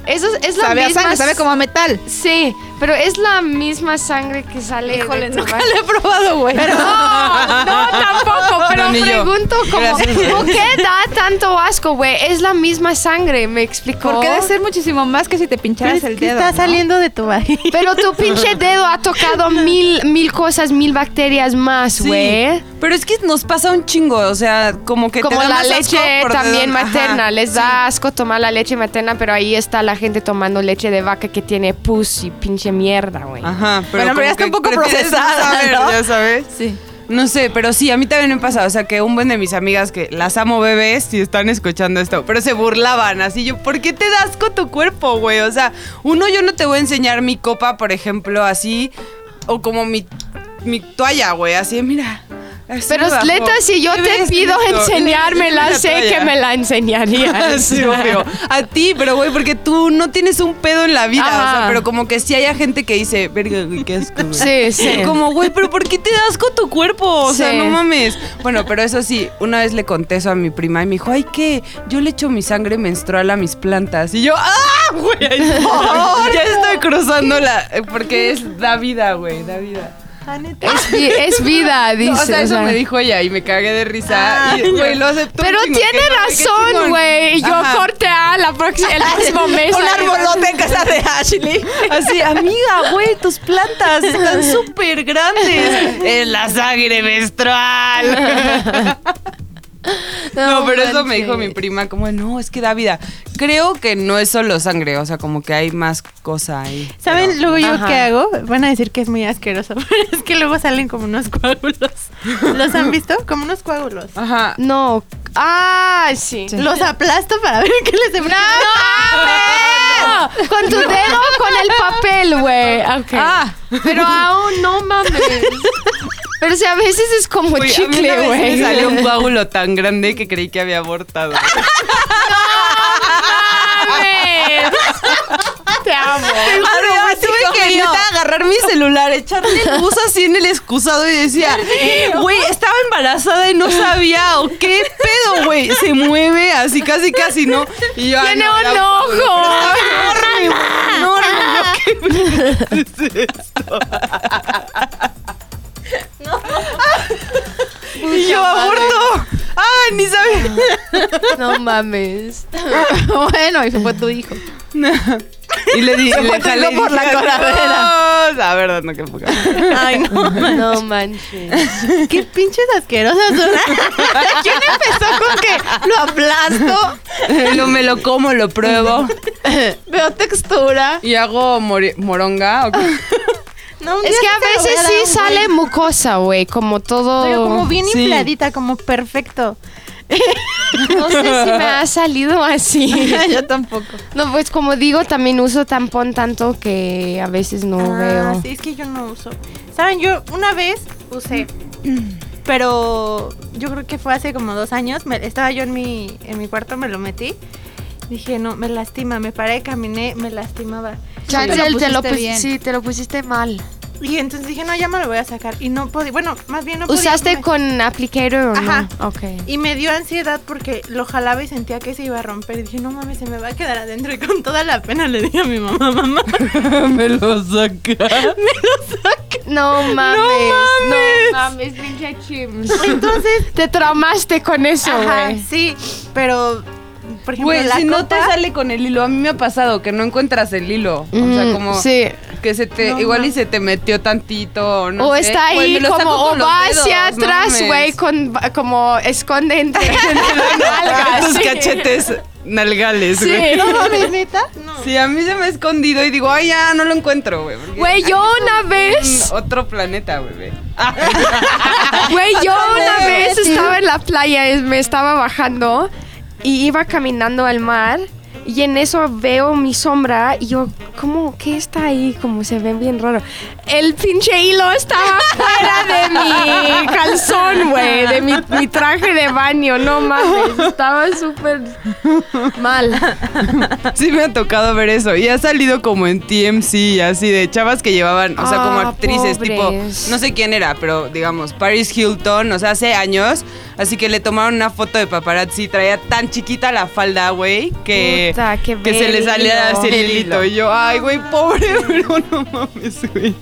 Eso es, es la Sabe a misma... sangre, sabe como a metal. Sí, pero es la misma sangre que sale Híjole, de tu nunca mano. lo he probado, güey. No, no, tampoco, pero No, ni yo. pregunto como... Gracias, güey. ¿Por qué da tanto asco, güey? Es la misma sangre, ¿me explicó? Porque debe ser muchísimo más que si te Pero pincharas es el que dedo. está ¿no? saliendo de tu vagina. Pero tu pinche dedo ha tocado mil, mil cosas, mil bacterias más, Sí, güey. Pero es que nos pasa un chingo, o sea, como que te Como da la más asco leche por también dedón, ajá. materna, les da asco tomar la leche materna, pero ahí está la gente tomando leche de vaca que tiene pus y pinche mierda, güey. Ajá, Bueno, pero pero, como ya está un que poco prefieres no procesada, saber, ¿no? Ya sabes. Sí. No sé, pero sí, a mí también me pasa. O sea, que un buen de mis amigas que las amo bebés si están escuchando esto, pero se burlaban así. Yo, ¿por qué te das con tu cuerpo, güey? O sea, uno, yo no te voy a enseñar mi copa, por ejemplo, así, o como mi, mi toalla, güey, así, mira. Así Pero me bajó. Leta, si yo ¿Qué te ves, pido Ernesto? enseñármela, Una sé toalla. que me la enseñarías. Sí, obvio. A ti, pero güey, porque tú no tienes un pedo en la vida. O sea, Ajá. pero como que sí hay gente que dice, verga, güey, qué asco. güey". Sí, sí. Y Como, güey, pero ¿por qué te das con tu cuerpo? O sea, Sí. no mames. Bueno, pero eso sí, una vez le conté eso a mi prima y me dijo, ay, ¿qué? Yo le echo mi sangre menstrual a mis plantas. Y yo, ¡ah, güey! ay, no". ya estoy cruzándola. eh, Porque es da vida, güey, da vida. Es, vi- es vida, dice. No, o sea, o eso sea. me dijo ella y me cagué de risa. y, güey, lo aceptó. ah. un Pero chingo, tiene qué bueno, qué razón, chingón. güey. Y Yo Ajá. corte a la próxima, el próximo mes. Un arbolote en casa de Ashley. Así, amiga, güey, tus plantas están súper grandes. Es la sangre menstrual. No, pero eso me dijo mi manches. prima, como, no, es que da vida. Creo que no es solo sangre, o sea, como que hay más cosa ahí. ¿Saben pero- luego yo Ajá. qué hago? Van a decir que es muy asqueroso, pero es que luego salen como unos coágulos. ¿Los han visto? Como unos coágulos. Ajá. No. Ah, sí. Los aplasto para ver qué les... ¡No mames! Con tu dedo, con el papel, güey. Ok. Ah. Pero aún no mames. Pero o sea, a veces es como Uy, a mí una chicle, vez güey. Me salió un coágulo tan grande que creí que había abortado. ¡Mames! Te amo. Además, tuve que neta agarrar mi celular, echarle luz así en el excusado y decía, güey, estaba embarazada y no sabía, o qué pedo, güey. Se mueve así, casi, casi, ¿no? Y yo, Tiene ah, un no, la- ojo. Enorme, güey, enorme. Yo, ¿qué es esto? Y yo, aborto. Ay, ni sabía. No mames. Bueno, y fue tu hijo. Y le di, le jalé y por la dije, coladera. "No". La verdad, no, qué poca. Ay, no. No manches. Qué pinches asquerosas son. ¿Quién empezó con que lo aplasto, Lo, me lo como, lo pruebo. veo textura? Y hago mori- moronga. ¿o qué? No, un Es día que a se lo voy veces dar un sí güey. sale mucosa, güey. Como todo. Pero como bien Sí. infladita, como perfecto. No sé si me ha salido así. Yo tampoco. No, pues como digo, también uso tampón tanto que a veces no Ah, veo. sí, es que yo no uso. Saben, yo una vez usé, pero yo creo que fue hace como dos años. me- estaba yo en mi, en mi cuarto, me lo metí. Dije, no, me lastima, me paré, caminé, me lastimaba. Chance, Sí, te lo te lo pusiste pus- bien. sí, te lo pusiste mal. Y entonces dije, no, ya me lo voy a sacar. Y no podía, bueno, más bien no podía. ¿Usaste me- con aplicator o Ajá. no? Ok. Y me dio ansiedad porque lo jalaba y sentía que se iba a romper. Y dije, no mames, se me va a quedar adentro. Y con toda la pena le dije a mi mamá, mamá, me lo saca. No mames. No mames. Ninja Chips. Entonces, Te traumaste con eso, ajá, güey. sí, pero, por ejemplo, pues Güey, la si no te copa- sale con el hilo, a mí me ha pasado que no encuentras el hilo. o sea, Mm, como sí. que se te. No, igual y no. se te metió tantito. O, no o sé. está Güey, ahí me lo como saco o con los va dedos, hacia no atrás, mames. güey, con como esconde entre las nalgas, Tus sí. cachetes nalgales, güey. Sí. No mames, neta. No. Sí, a mí se me ha escondido y digo, ay, ya, no lo encuentro, güey. porque Güey, yo una vez es Otro planeta, güey. Güey, yo una vez estaba en la playa, y me estaba bajando y iba caminando al mar y en eso veo mi sombra y yo, ¿cómo? ¿Qué está ahí? Como se ve bien raro. El pinche hilo estaba fuera de mi calzón, güey, de mi, mi traje de baño, no mames, estaba súper mal. Sí me ha tocado ver eso y ha salido como en TMC, así de chavas que llevaban, o sea, como Ah, actrices, pobres. tipo, no sé quién era, pero digamos, Paris Hilton, o sea, hace años, así que le tomaron una foto de paparazzi, traía tan chiquita la falda, güey, que, Puta, qué Eh, que se le bello. salía así el El Ah, hilito. Y yo, ay, güey, pobre, pero no mames, güey.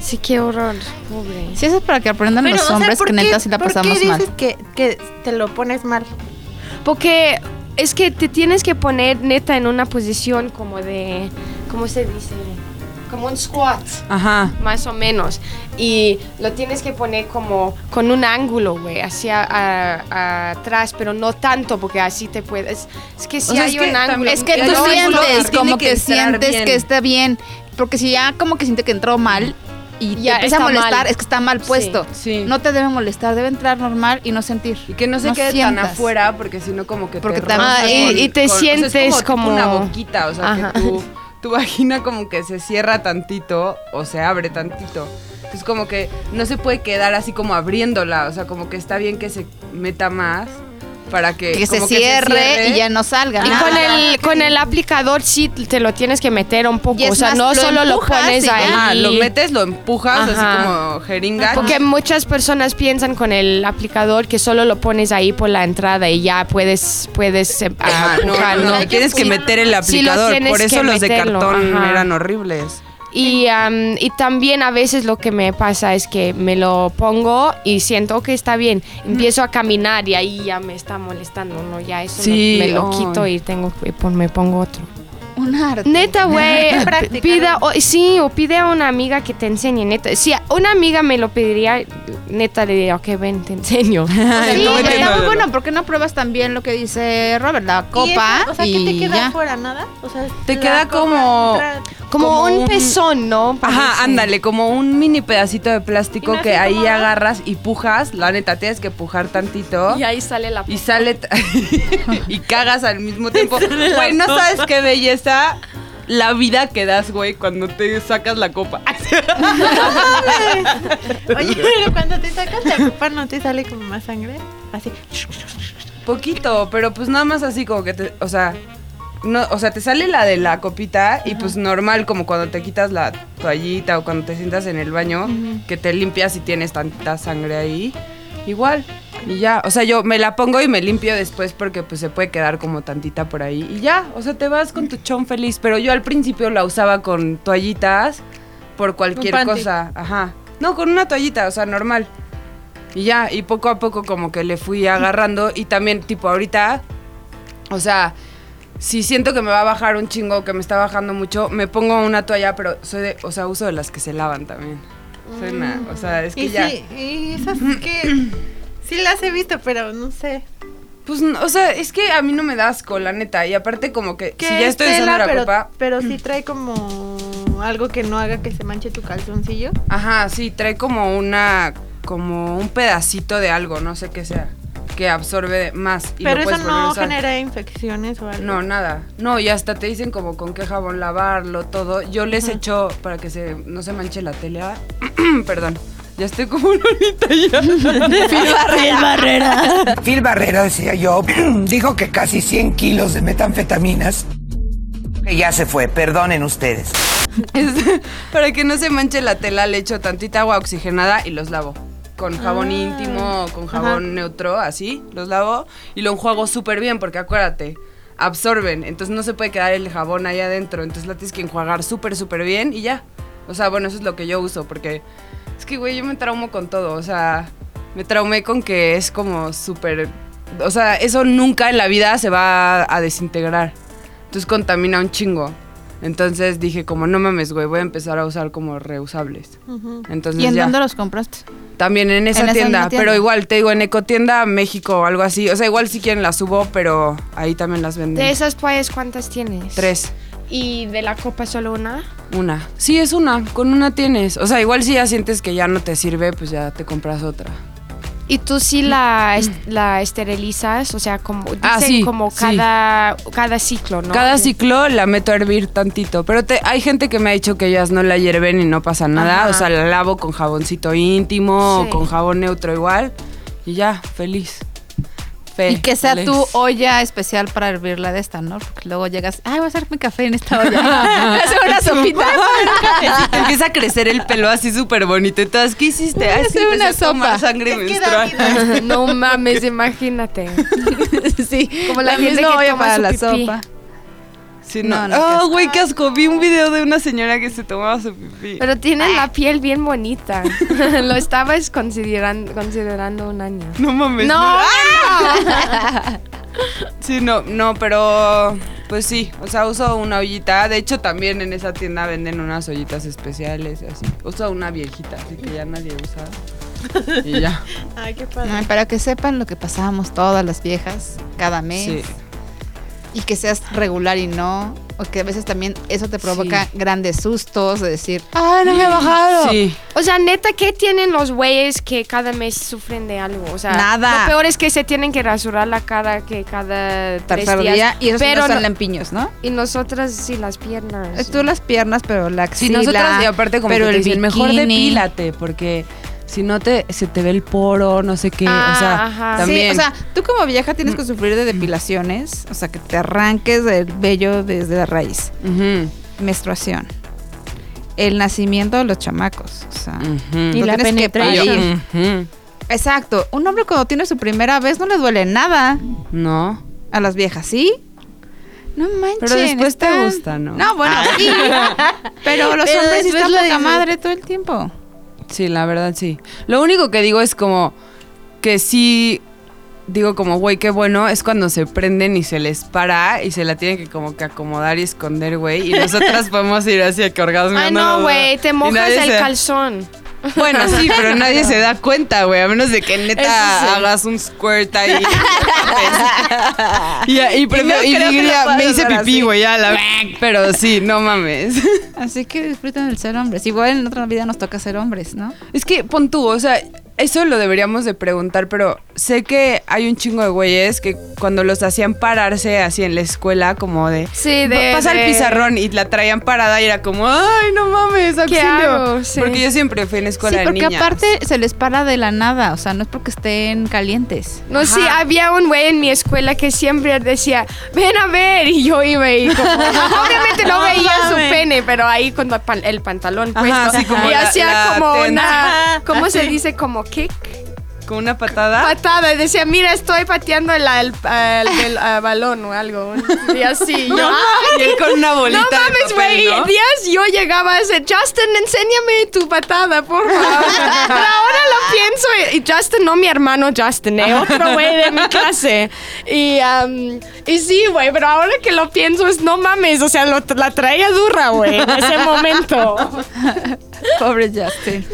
Sí, qué horror, pobre. Sí, eso es para que aprendan Pero, o los sea, hombres ¿por que qué- neta sí la ¿Por pasamos qué mal. dices que, que te lo pones mal? Porque es que te tienes que poner neta en una posición como de, ¿cómo se dice? Como un squat, Ajá. más o menos. Y lo tienes que poner como con un ángulo, güey, hacia a- a- atrás, pero no tanto, porque así te puedes... Es que si sea, hay es un que ángulo... también- Es que El tú ángulo sientes, tiene como que que, entrar sientes bien. que está bien. Porque si ya como que siente que entró mal y Ya, te empieza a está molestar, mal. es que está mal Sí, puesto. sí. No te debe molestar, debe entrar normal y no sentir. Y que no se quede tan sientas. afuera porque si no como que Porque te también- rozas Ah, y- y te o sea, es sientes tipo como- una boquita, o sea, Ajá. que tú tu vagina como que se cierra tantito o se abre tantito. Es como que no se puede quedar así como abriéndola, o sea, como que está bien que se meta más para que, Que se como cierre y ya no salga. Y Ah, con el, con el aplicador sí te lo tienes que meter un poco. Y es O sea, más, no lo solo lo empujas pones y ya. ahí. Ah, lo metes, lo empujas así Ajá. Ah, como jeringa. Porque muchas personas piensan con el aplicador que solo lo pones ahí por la entrada y ya puedes, puedes eh, Ah, no, empujar, no, ¿no? no, tienes que meter el Sí, lo aplicador, tienes por eso que los de meterlo, cartón ajá. eran horribles. Y, am, y también a veces lo que me pasa es que me lo pongo y siento que está bien. Empiezo a caminar y ahí ya me está molestando, ¿no? Ya eso Sí, no- me lo ay. quito y tengo que pon- me pongo otro. Un arte. Neta, güey. Práctica, pida, ¿no? o- sí, o pide a una amiga que te enseñe, neta. Si a una amiga me lo pediría, neta le diría, ok, ven, te enseño. Sí, no, pero no, no, está no. muy bueno, ¿por qué no pruebas también lo que dice Robert? La copa y, o sea, ¿qué te queda ya. fuera? ¿Nada? O sea, Te la queda copa como- entra- Como, Como un, un- pezón, ¿no? Parece. Ajá, ándale, como un mini pedacito de plástico Y no que es ahí incómodo. agarras y pujas. La neta, tienes que pujar tantito. Y ahí sale la... Y sale t- y cagas al mismo tiempo. Güey, no sabes qué belleza la vida que das, güey, cuando te sacas la copa. Oye, pero cuando te sacas la copa, ¿no te sale como más sangre? Así. Poquito, pero pues nada más así como que te, o sea, no, o sea, te sale la de la copita y pues normal como cuando te quitas la toallita o cuando te sientas en el baño que te limpias y tienes tanta sangre ahí, igual. Y ya, o sea, yo me la pongo y me limpio después porque pues se puede quedar como tantita por ahí y ya, o sea, te vas con tu chón feliz, pero yo al principio la usaba con toallitas por cualquier panty. cosa, ajá. No, con una toallita, o sea, normal. Y ya, y poco a poco como que le fui agarrando y también tipo ahorita, o sea, si siento que me va a bajar un chingo, que me está bajando mucho, me pongo una toalla, pero soy de, o sea, uso de las que se lavan también. Soy una, o sea, es que Mm. Y ya... sí, y esas que. Sí las he visto, pero no sé. Pues, no, o sea, es que a mí no me da asco, la neta. Y aparte como que, Que si ya es estoy tela, usando la pero, copa... Pero sí trae como algo que no haga que se manche tu calzoncillo. Ajá, sí, trae como una, como un pedacito de algo, no sé qué sea, que absorbe más. Y lo pero eso puedes volver a no usar. genera infecciones o algo. No, nada. No, y hasta te dicen como con qué jabón lavarlo, todo. Yo les echo para que se, no se manche la tele. ah, Perdón. Ya estoy como una ahorita Phil Barrera, decía yo, dijo que casi 100 kilos de metanfetaminas. Que ya se fue, perdonen ustedes. Es- para que no se manche la tela, le echo tantita agua oxigenada y los lavo. Con jabón íntimo, con jabón neutro, así, los lavo y lo enjuago súper bien, porque acuérdate, absorben, entonces no se puede quedar el jabón ahí adentro, entonces la tienes que enjuagar súper, súper bien y ya. O sea, bueno, eso es lo que yo uso, porque es que, güey, yo me traumo con todo, o sea, me traumé con que es como súper... O sea, eso nunca en la vida se va a desintegrar. Entonces contamina un chingo. Entonces dije como, no mames, güey, voy a empezar a usar como reusables. Ujú. Entonces ¿Y en Pues ya. dónde los compraste? También en esa En esa tienda, misma tienda. pero igual, te digo, en Ecotienda México o algo así. O sea, igual si quieren las subo, pero ahí también las venden. De esas toallas, ¿cuántas tienes? Tres, ¿Y de la copa solo una? una. Sí, es una, con una tienes. O sea, igual si ya sientes que ya no te sirve, pues ya te compras otra. ¿Y tú sí la, est- la esterilizas? O sea, como, dicen Ah, sí, como sí. cada, cada ciclo, ¿no? Cada Sí. ciclo la meto a hervir tantito, pero te- hay gente que me ha dicho que ellas no la hierven y no pasa nada, Ajá. o sea, la lavo con jaboncito íntimo Sí. o con jabón neutro igual y ya, feliz. Y que sea Feliz. tu olla especial para hervirla de esta, ¿no? Porque luego llegas, ay, voy a hacer mi café en esta olla. Voy a hacer una sopita. Te empieza a crecer el pelo así súper bonito. Entonces, ¿qué hiciste? Ah, es que hacer empecé una a tomar sopa. sangre menstrual. no mames, imagínate. sí, Como la gente que toma su pipí. Sí, No, no. no, qué oh, güey, qué asco. Vi un video de una señora que se tomaba su pipí. Pero tienes Ah. la piel bien bonita. Lo estabas considerando, considerando un año. Pues no mames. No, Sí, no, no, pero pues sí, o sea, uso una ollita. De hecho, también en esa tienda venden unas ollitas especiales, así. Uso una viejita, así que ya nadie usa. Y ya. Ay, qué padre. Para que sepan lo que pasábamos todas las viejas cada mes. Sí. Y que seas regular y no. O Porque a veces también eso te provoca grandes sustos de decir, Ay, Ah, no me ha bajado. Sí. O sea, neta, ¿qué tienen los güeyes que cada mes sufren de algo? O sea, Nada. Lo peor es que se tienen que rasurar la cara que cada tres Tercer días. día, y esos pero no son no- lampiños, ¿no? y nosotras sí las piernas. Tú las piernas, pero la Sí, axila. nosotras y aparte como pero que te el dicen, mejor bikini. depílate porque si no te se te ve el poro, no sé qué, o Ah, sea, ajá. también. Sí, o sea, tú como vieja tienes que sufrir de depilaciones, o sea, que te arranques del vello desde la raíz. Ujú, Menstruación. El nacimiento de los chamacos, o sea, ujú. Y lo la tienes que penetration. parir. Ujú. Exacto, un hombre cuando tiene su primera vez no le duele nada No. a las viejas, ¿sí? No manches. Pero después te están- gusta, ¿no? No, bueno, sí. Pero los Pero hombres sí después están lo poca dices. madre todo el tiempo. Sí, la verdad sí. Lo único que digo es como que sí digo como güey, qué bueno, es cuando se prenden y se les para y se la tienen que como que acomodar y esconder, güey, y nosotras podemos ir así a que orgasmeando. Ay, no, güey, Y te mojas nadie el se- calzón. Bueno, sí, pero nadie se da cuenta, güey. A menos de que neta Eso sí. hagas un squirt ahí. y, y, prefiero- no y creo que diría, lo puedas me hice hacer pipí, así". güey, ya la... Pero sí, no mames. Así que disfruten el ser hombres. Igual en otra vida nos toca ser hombres, ¿no? Es que pon tú, o sea, eso lo deberíamos de preguntar, pero sé que hay un chingo de güeyes que cuando los hacían pararse así en la escuela, como de. Sí, "Va- de. Pasa el de- pizarrón y la traían parada y era como, ay, no mames, auxilio. hago? Sí. Porque yo siempre fui en escuela sí, de porque niñas. aparte se les para de la nada, o sea, no es porque estén calientes. No, sí, había un güey en mi escuela que siempre decía, ven a ver, y yo iba y como, obviamente no No veía su mames. pene, pero ahí con la pan- el pantalón Ajá, puesto, así como y la- hacía la como tenda. una, Ajá, ¿cómo se así. dice? Como kick, Con una patada. patada, y decía, mira, estoy pateando el, el- el- el, ah, balón o algo, y así, yo, "Ah, Y él con una bolita. no de mames, papel, güey. ¿no? Días yo llegaba a decir, Justin, enséñame tu patada, por favor. Pero ahora lo pienso. y- Y Justin, no mi hermano Justin, eh, otro güey de mi clase. Y, am, y sí, güey, pero ahora que lo pienso es, no mames, o sea, lo- la traía dura, güey, en ese momento. Pobre Justin.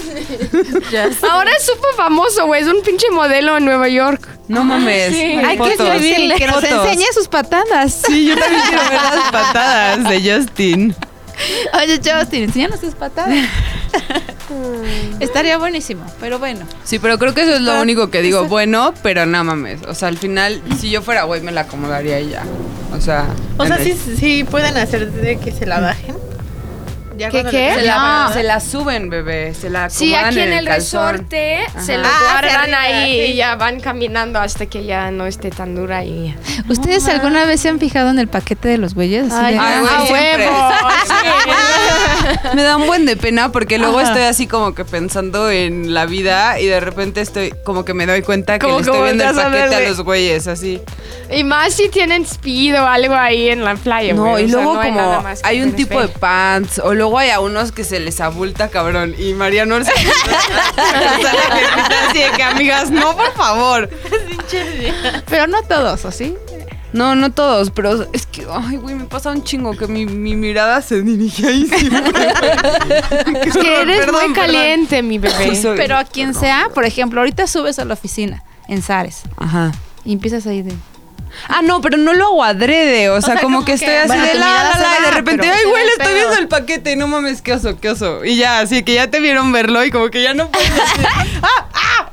Ahora es súper famoso, güey, es un pinche modelo en Nueva York. No mames. Hay que fotos. escribirle que nos Fotos. enseñe sus patadas. Sí, yo también quiero ver las patadas de Justin. Oye, Justin, enséñanos tus patadas. Mm. Estaría buenísimo, pero bueno. Sí, pero creo que eso es lo único que digo. Bueno, pero no mames. O sea, al final, si yo fuera güey, me la acomodaría y ya. O sea. O sea, en sí, el- sí pueden hacer de que se la bajen. Ya ¿Qué, cuando qué? le- Se se la- la, se la suben, bebé. Se la acomodan Sí, aquí en el, calzón. resorte se lo Ah, hacia guardan arriba, ahí sí. y ya van caminando hasta que ya no esté tan dura y... ¿Ustedes alguna vez se han fijado en el paquete de los güeyes? Así de- "Ah, Ay, ah, güey, ¡A siempre. huevo! Me da un buen de pena porque luego estoy así como que pensando en la vida y de repente estoy como que me doy cuenta que Como le estoy que viendo el volteas a paquete a verle. los güeyes, así. Y más si tienen speed o algo ahí en la playa. No, güey. y O sea, luego no hay como nada hay, más que un puedes tipo de ver. pants, o luego hay a unos que se les abulta, cabrón, y Mariano se así de que amigas, no, por favor. Pero no todos, ¿o sí? No, no todos, pero es que, ay, güey, me pasa un chingo que mi, mi mirada se dirige ahí siempre. Es que eres Perdón, muy perdón. caliente, mi bebé. Sí, soy. Pero a quien sea, por ejemplo, ahorita subes a la oficina en Zares Ajá. y empiezas ahí de... Ah, no, pero no lo hago adrede. O sea, sea, como, como que que- estoy así Bueno, de tu la, mirada la, se la, y va, de repente, pero ay, se ve güey, le el estoy pedo". viendo el paquete. No mames, qué oso, qué oso. Y ya, así que ya te vieron verlo y como que ya no puedes decir, ah, ah, ah,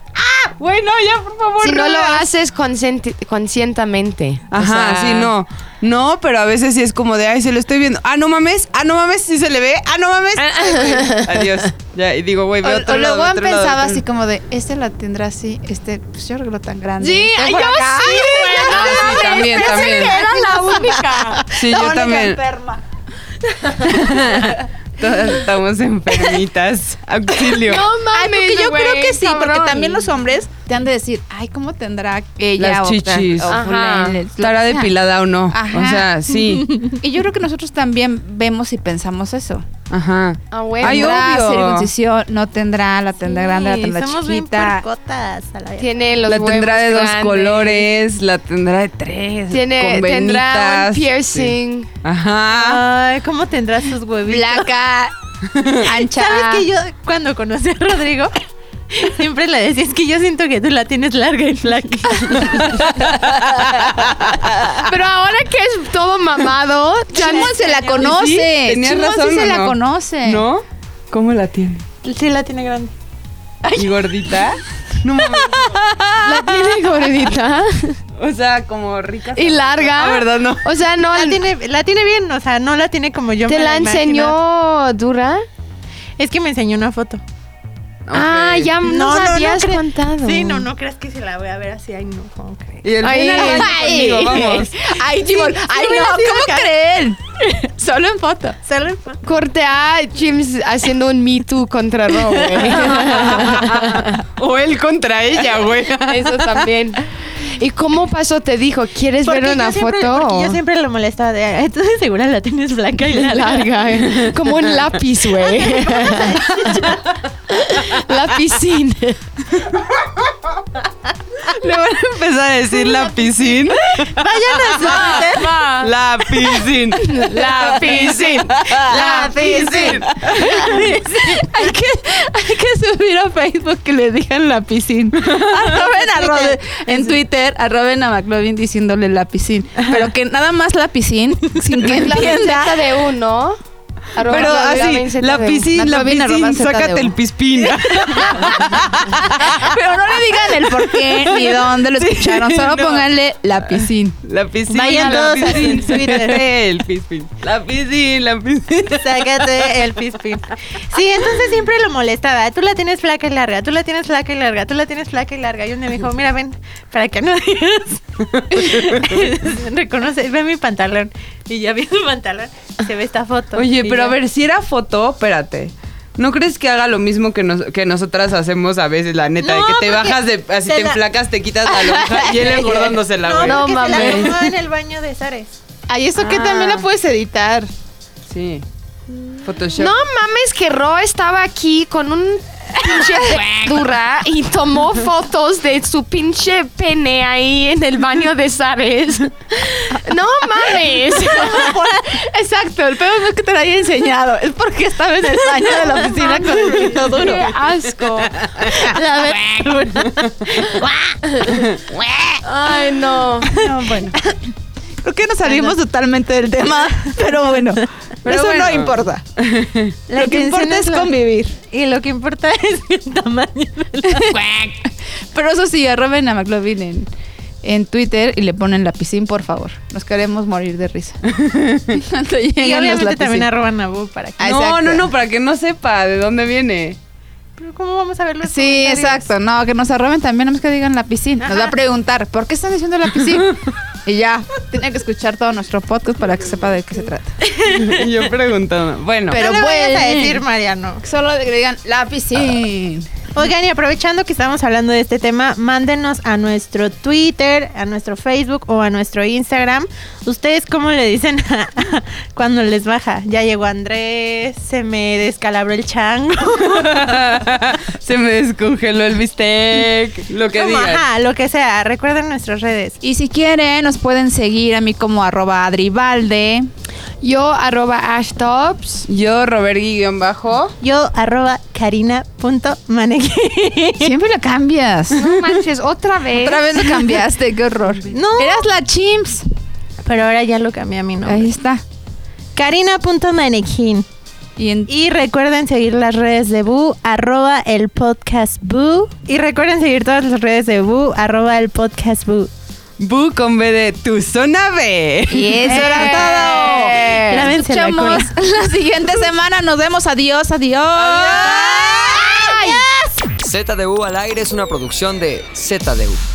güey, no, ya, por favor. Si no lo relax". haces conscienti- conscientemente. O sea, Ajá, sí, no. No, pero a veces sí es como de, ay, se lo estoy viendo. Ah, no mames, ah, no mames, sí se le ve, ah, no mames. Ay, güey, Adiós. Ya, y digo, güey, O, veo otro o lado, luego han otro lado, pensado otro- así como de, este la tendrá así, este, pues yo creo que lo tan grande. Sí, Este ay, yo por sí, acá". güey, no Ah, sí, mames, también, pensé también. que era la única. Sí, yo también. Todas estamos enfermitas. Auxilio. No mames, Ay, porque yo creo güey, que sí, cabrón. porque también los hombres te han de decir, ay, ¿cómo tendrá ella? Las o tan- chichis. o Ajá. fulana, lo que ¿Estará sea?". depilada o no? Ajá. O sea, sí. Y yo creo que nosotros también vemos y pensamos eso. Ajá. Ah, güey, Ay, ¿Tendrá obvio. circuncisión? ¿No tendrá, la tendrá grande, la Sí, tendrá somos bien chiquita. puercotas, a la verga. Tiene los La tendrá huevos de dos grandes. colores, la tendrá de tres. Tiene, con tendrá un venitas. piercing. Ah, Sí. Ajá. Ay, ¿cómo tendrás sus huevitos? Blanca, ancha. ¿Sabes que yo cuando conocí a Rodrigo Siempre le decía, es que yo siento que tú la tienes larga y flaca. Pero ahora que es todo mamado, ya no Chimón se la conoce. Sí, tenías Chimón sí razón, se ¿o la no? conoce. ¿No? ¿Cómo la tiene? Sí, la tiene grande. ¿Y gordita? No mames. la tiene gordita O sea, como rica. y larga. Ah, ¿verdad? No. O sea, no, La tiene, la tiene bien, o sea, no la tiene como yo te me la imagino. enseñó dura. Es que me enseñó una foto. Ah, ya nos No, no, no habías cre- contado. Sí, no, no creas que se la voy a ver así. Ay, no, ¿cómo crees? Y el Ay. final al baño Ay. conmigo, vamos. Ay, Chimón. Ay, hubiera no, sido ¿cómo acá. creen? Solo en foto. Solo en foto. Corte a James haciendo un Me Too contra Ro, güey. O él contra ella, güey. Eso también. ¿Y cómo pasó? Te dijo, ¿quieres Porque ver yo una siempre- foto? porque yo siempre lo molestaba de, "Ay, tú de segura la tienes blanca y larga. larga, eh. como un lápiz, güey. Lapicín. Le van a empezar a decir la piscina. Vayan a su Twitter. La piscina. La piscina. La piscina. Hay que, hay que subir a Facebook que le digan la piscina. Arroben a Rode- en Twitter, arroben a McLovin diciéndole la piscina. Pero que nada más la piscina, sin que La entienda. receta de uno. Arroba Pero la- la así, receta la de piscina, la Natovin, arroba piscina, ZDU. sácate el pispín. Pero no le digan el por qué ni dónde lo escucharon. Solo no. pónganle la piscina. La piscina, Vayan la todos a su piscina, Twitter. sácate el pispín. La piscina, la piscina. Sácate el pispín. Sí, entonces siempre lo molestaba. Tú la tienes flaca y larga, tú la tienes flaca y larga, tú la tienes flaca y larga. Y un día me dijo, mira, ven, para que no digas. Reconoce, ve mi pantalón. Y ya vi su pantalón, se ve esta foto. Oye, Y pero a yo, ver, si era foto, espérate. ¿No crees que haga lo mismo que, nos- que nosotras hacemos a veces, la neta? No, de que te porque bajas de. Así se te la- enflacas, te quitas la lonja y él engordándosela, No, güey. No no mames. mames. Se la tomó en el baño de Zares. Ay, eso que también la puedes editar. Sí. Mm. Photoshop. No mames que Ro estaba aquí con un pinche dura y tomó fotos de su pinche pene ahí en el baño de Sabes. No mames. Exacto, el pedo no es que te lo haya enseñado. Es porque estaba en el baño de la oficina con el pito duro. Qué asco. La Ay, no. No, bueno. Creo que nos salimos totalmente del tema, pero bueno, Pero eso bueno. no importa. La lo que intención importa es la- convivir. Y lo que importa es el tamaño de la- Pero eso sí, arroben a McLovin ¿eh? en, en Twitter y le ponen la piscina, por favor. Nos queremos morir de risa. Cuando lleguen Y los obviamente también lapicín. arroban a Bo para que... Ah, No, exacto. no, no, para que no sepa de dónde viene. Pero ¿cómo vamos a verlo? Sí, exacto. No, que nos arroben también, nada más que digan la piscina. Nos va a preguntar, ¿por qué están diciendo la piscina? Y ya, tiene que escuchar todo nuestro podcast para que sepa de qué se trata. Y yo preguntando. Bueno, Pero Pero no le vayas a bueno. decir, Mariano. Solo de que digan la piscina. Oigan, y aprovechando que estamos hablando de este tema, mándenos a nuestro Twitter, a nuestro Facebook o a nuestro Instagram. ¿Ustedes cómo le dicen cuando les baja? Ya llegó Andrés, se me descalabró el chango. se me descongeló el bistec. Lo que Como, digas. ajá, lo que sea. Recuerden nuestras redes. Y si quieren, nos pueden seguir a mí como arroba adribalde. Yo arroba ashtops. Yo, Robert Gui, guión bajo. Yo, arroba karina.manequín. Siempre la cambias. No manches, otra vez. Otra vez lo cambiaste, qué horror. No. Eras la chimps. Pero ahora ya lo cambié a mi nombre. Ahí está. Karina.manequín. Y en Y recuerden seguir las redes de Bu, arroba el podcast Bu. Y recuerden seguir todas las redes de Bu, arroba el podcast Bu. Bu con B de tu zona B. y eso era ¡Eh! todo. Lávense la Escuchamos la siguiente semana. Nos vemos. Adiós, adiós. ZDU al aire es una producción de ZDU.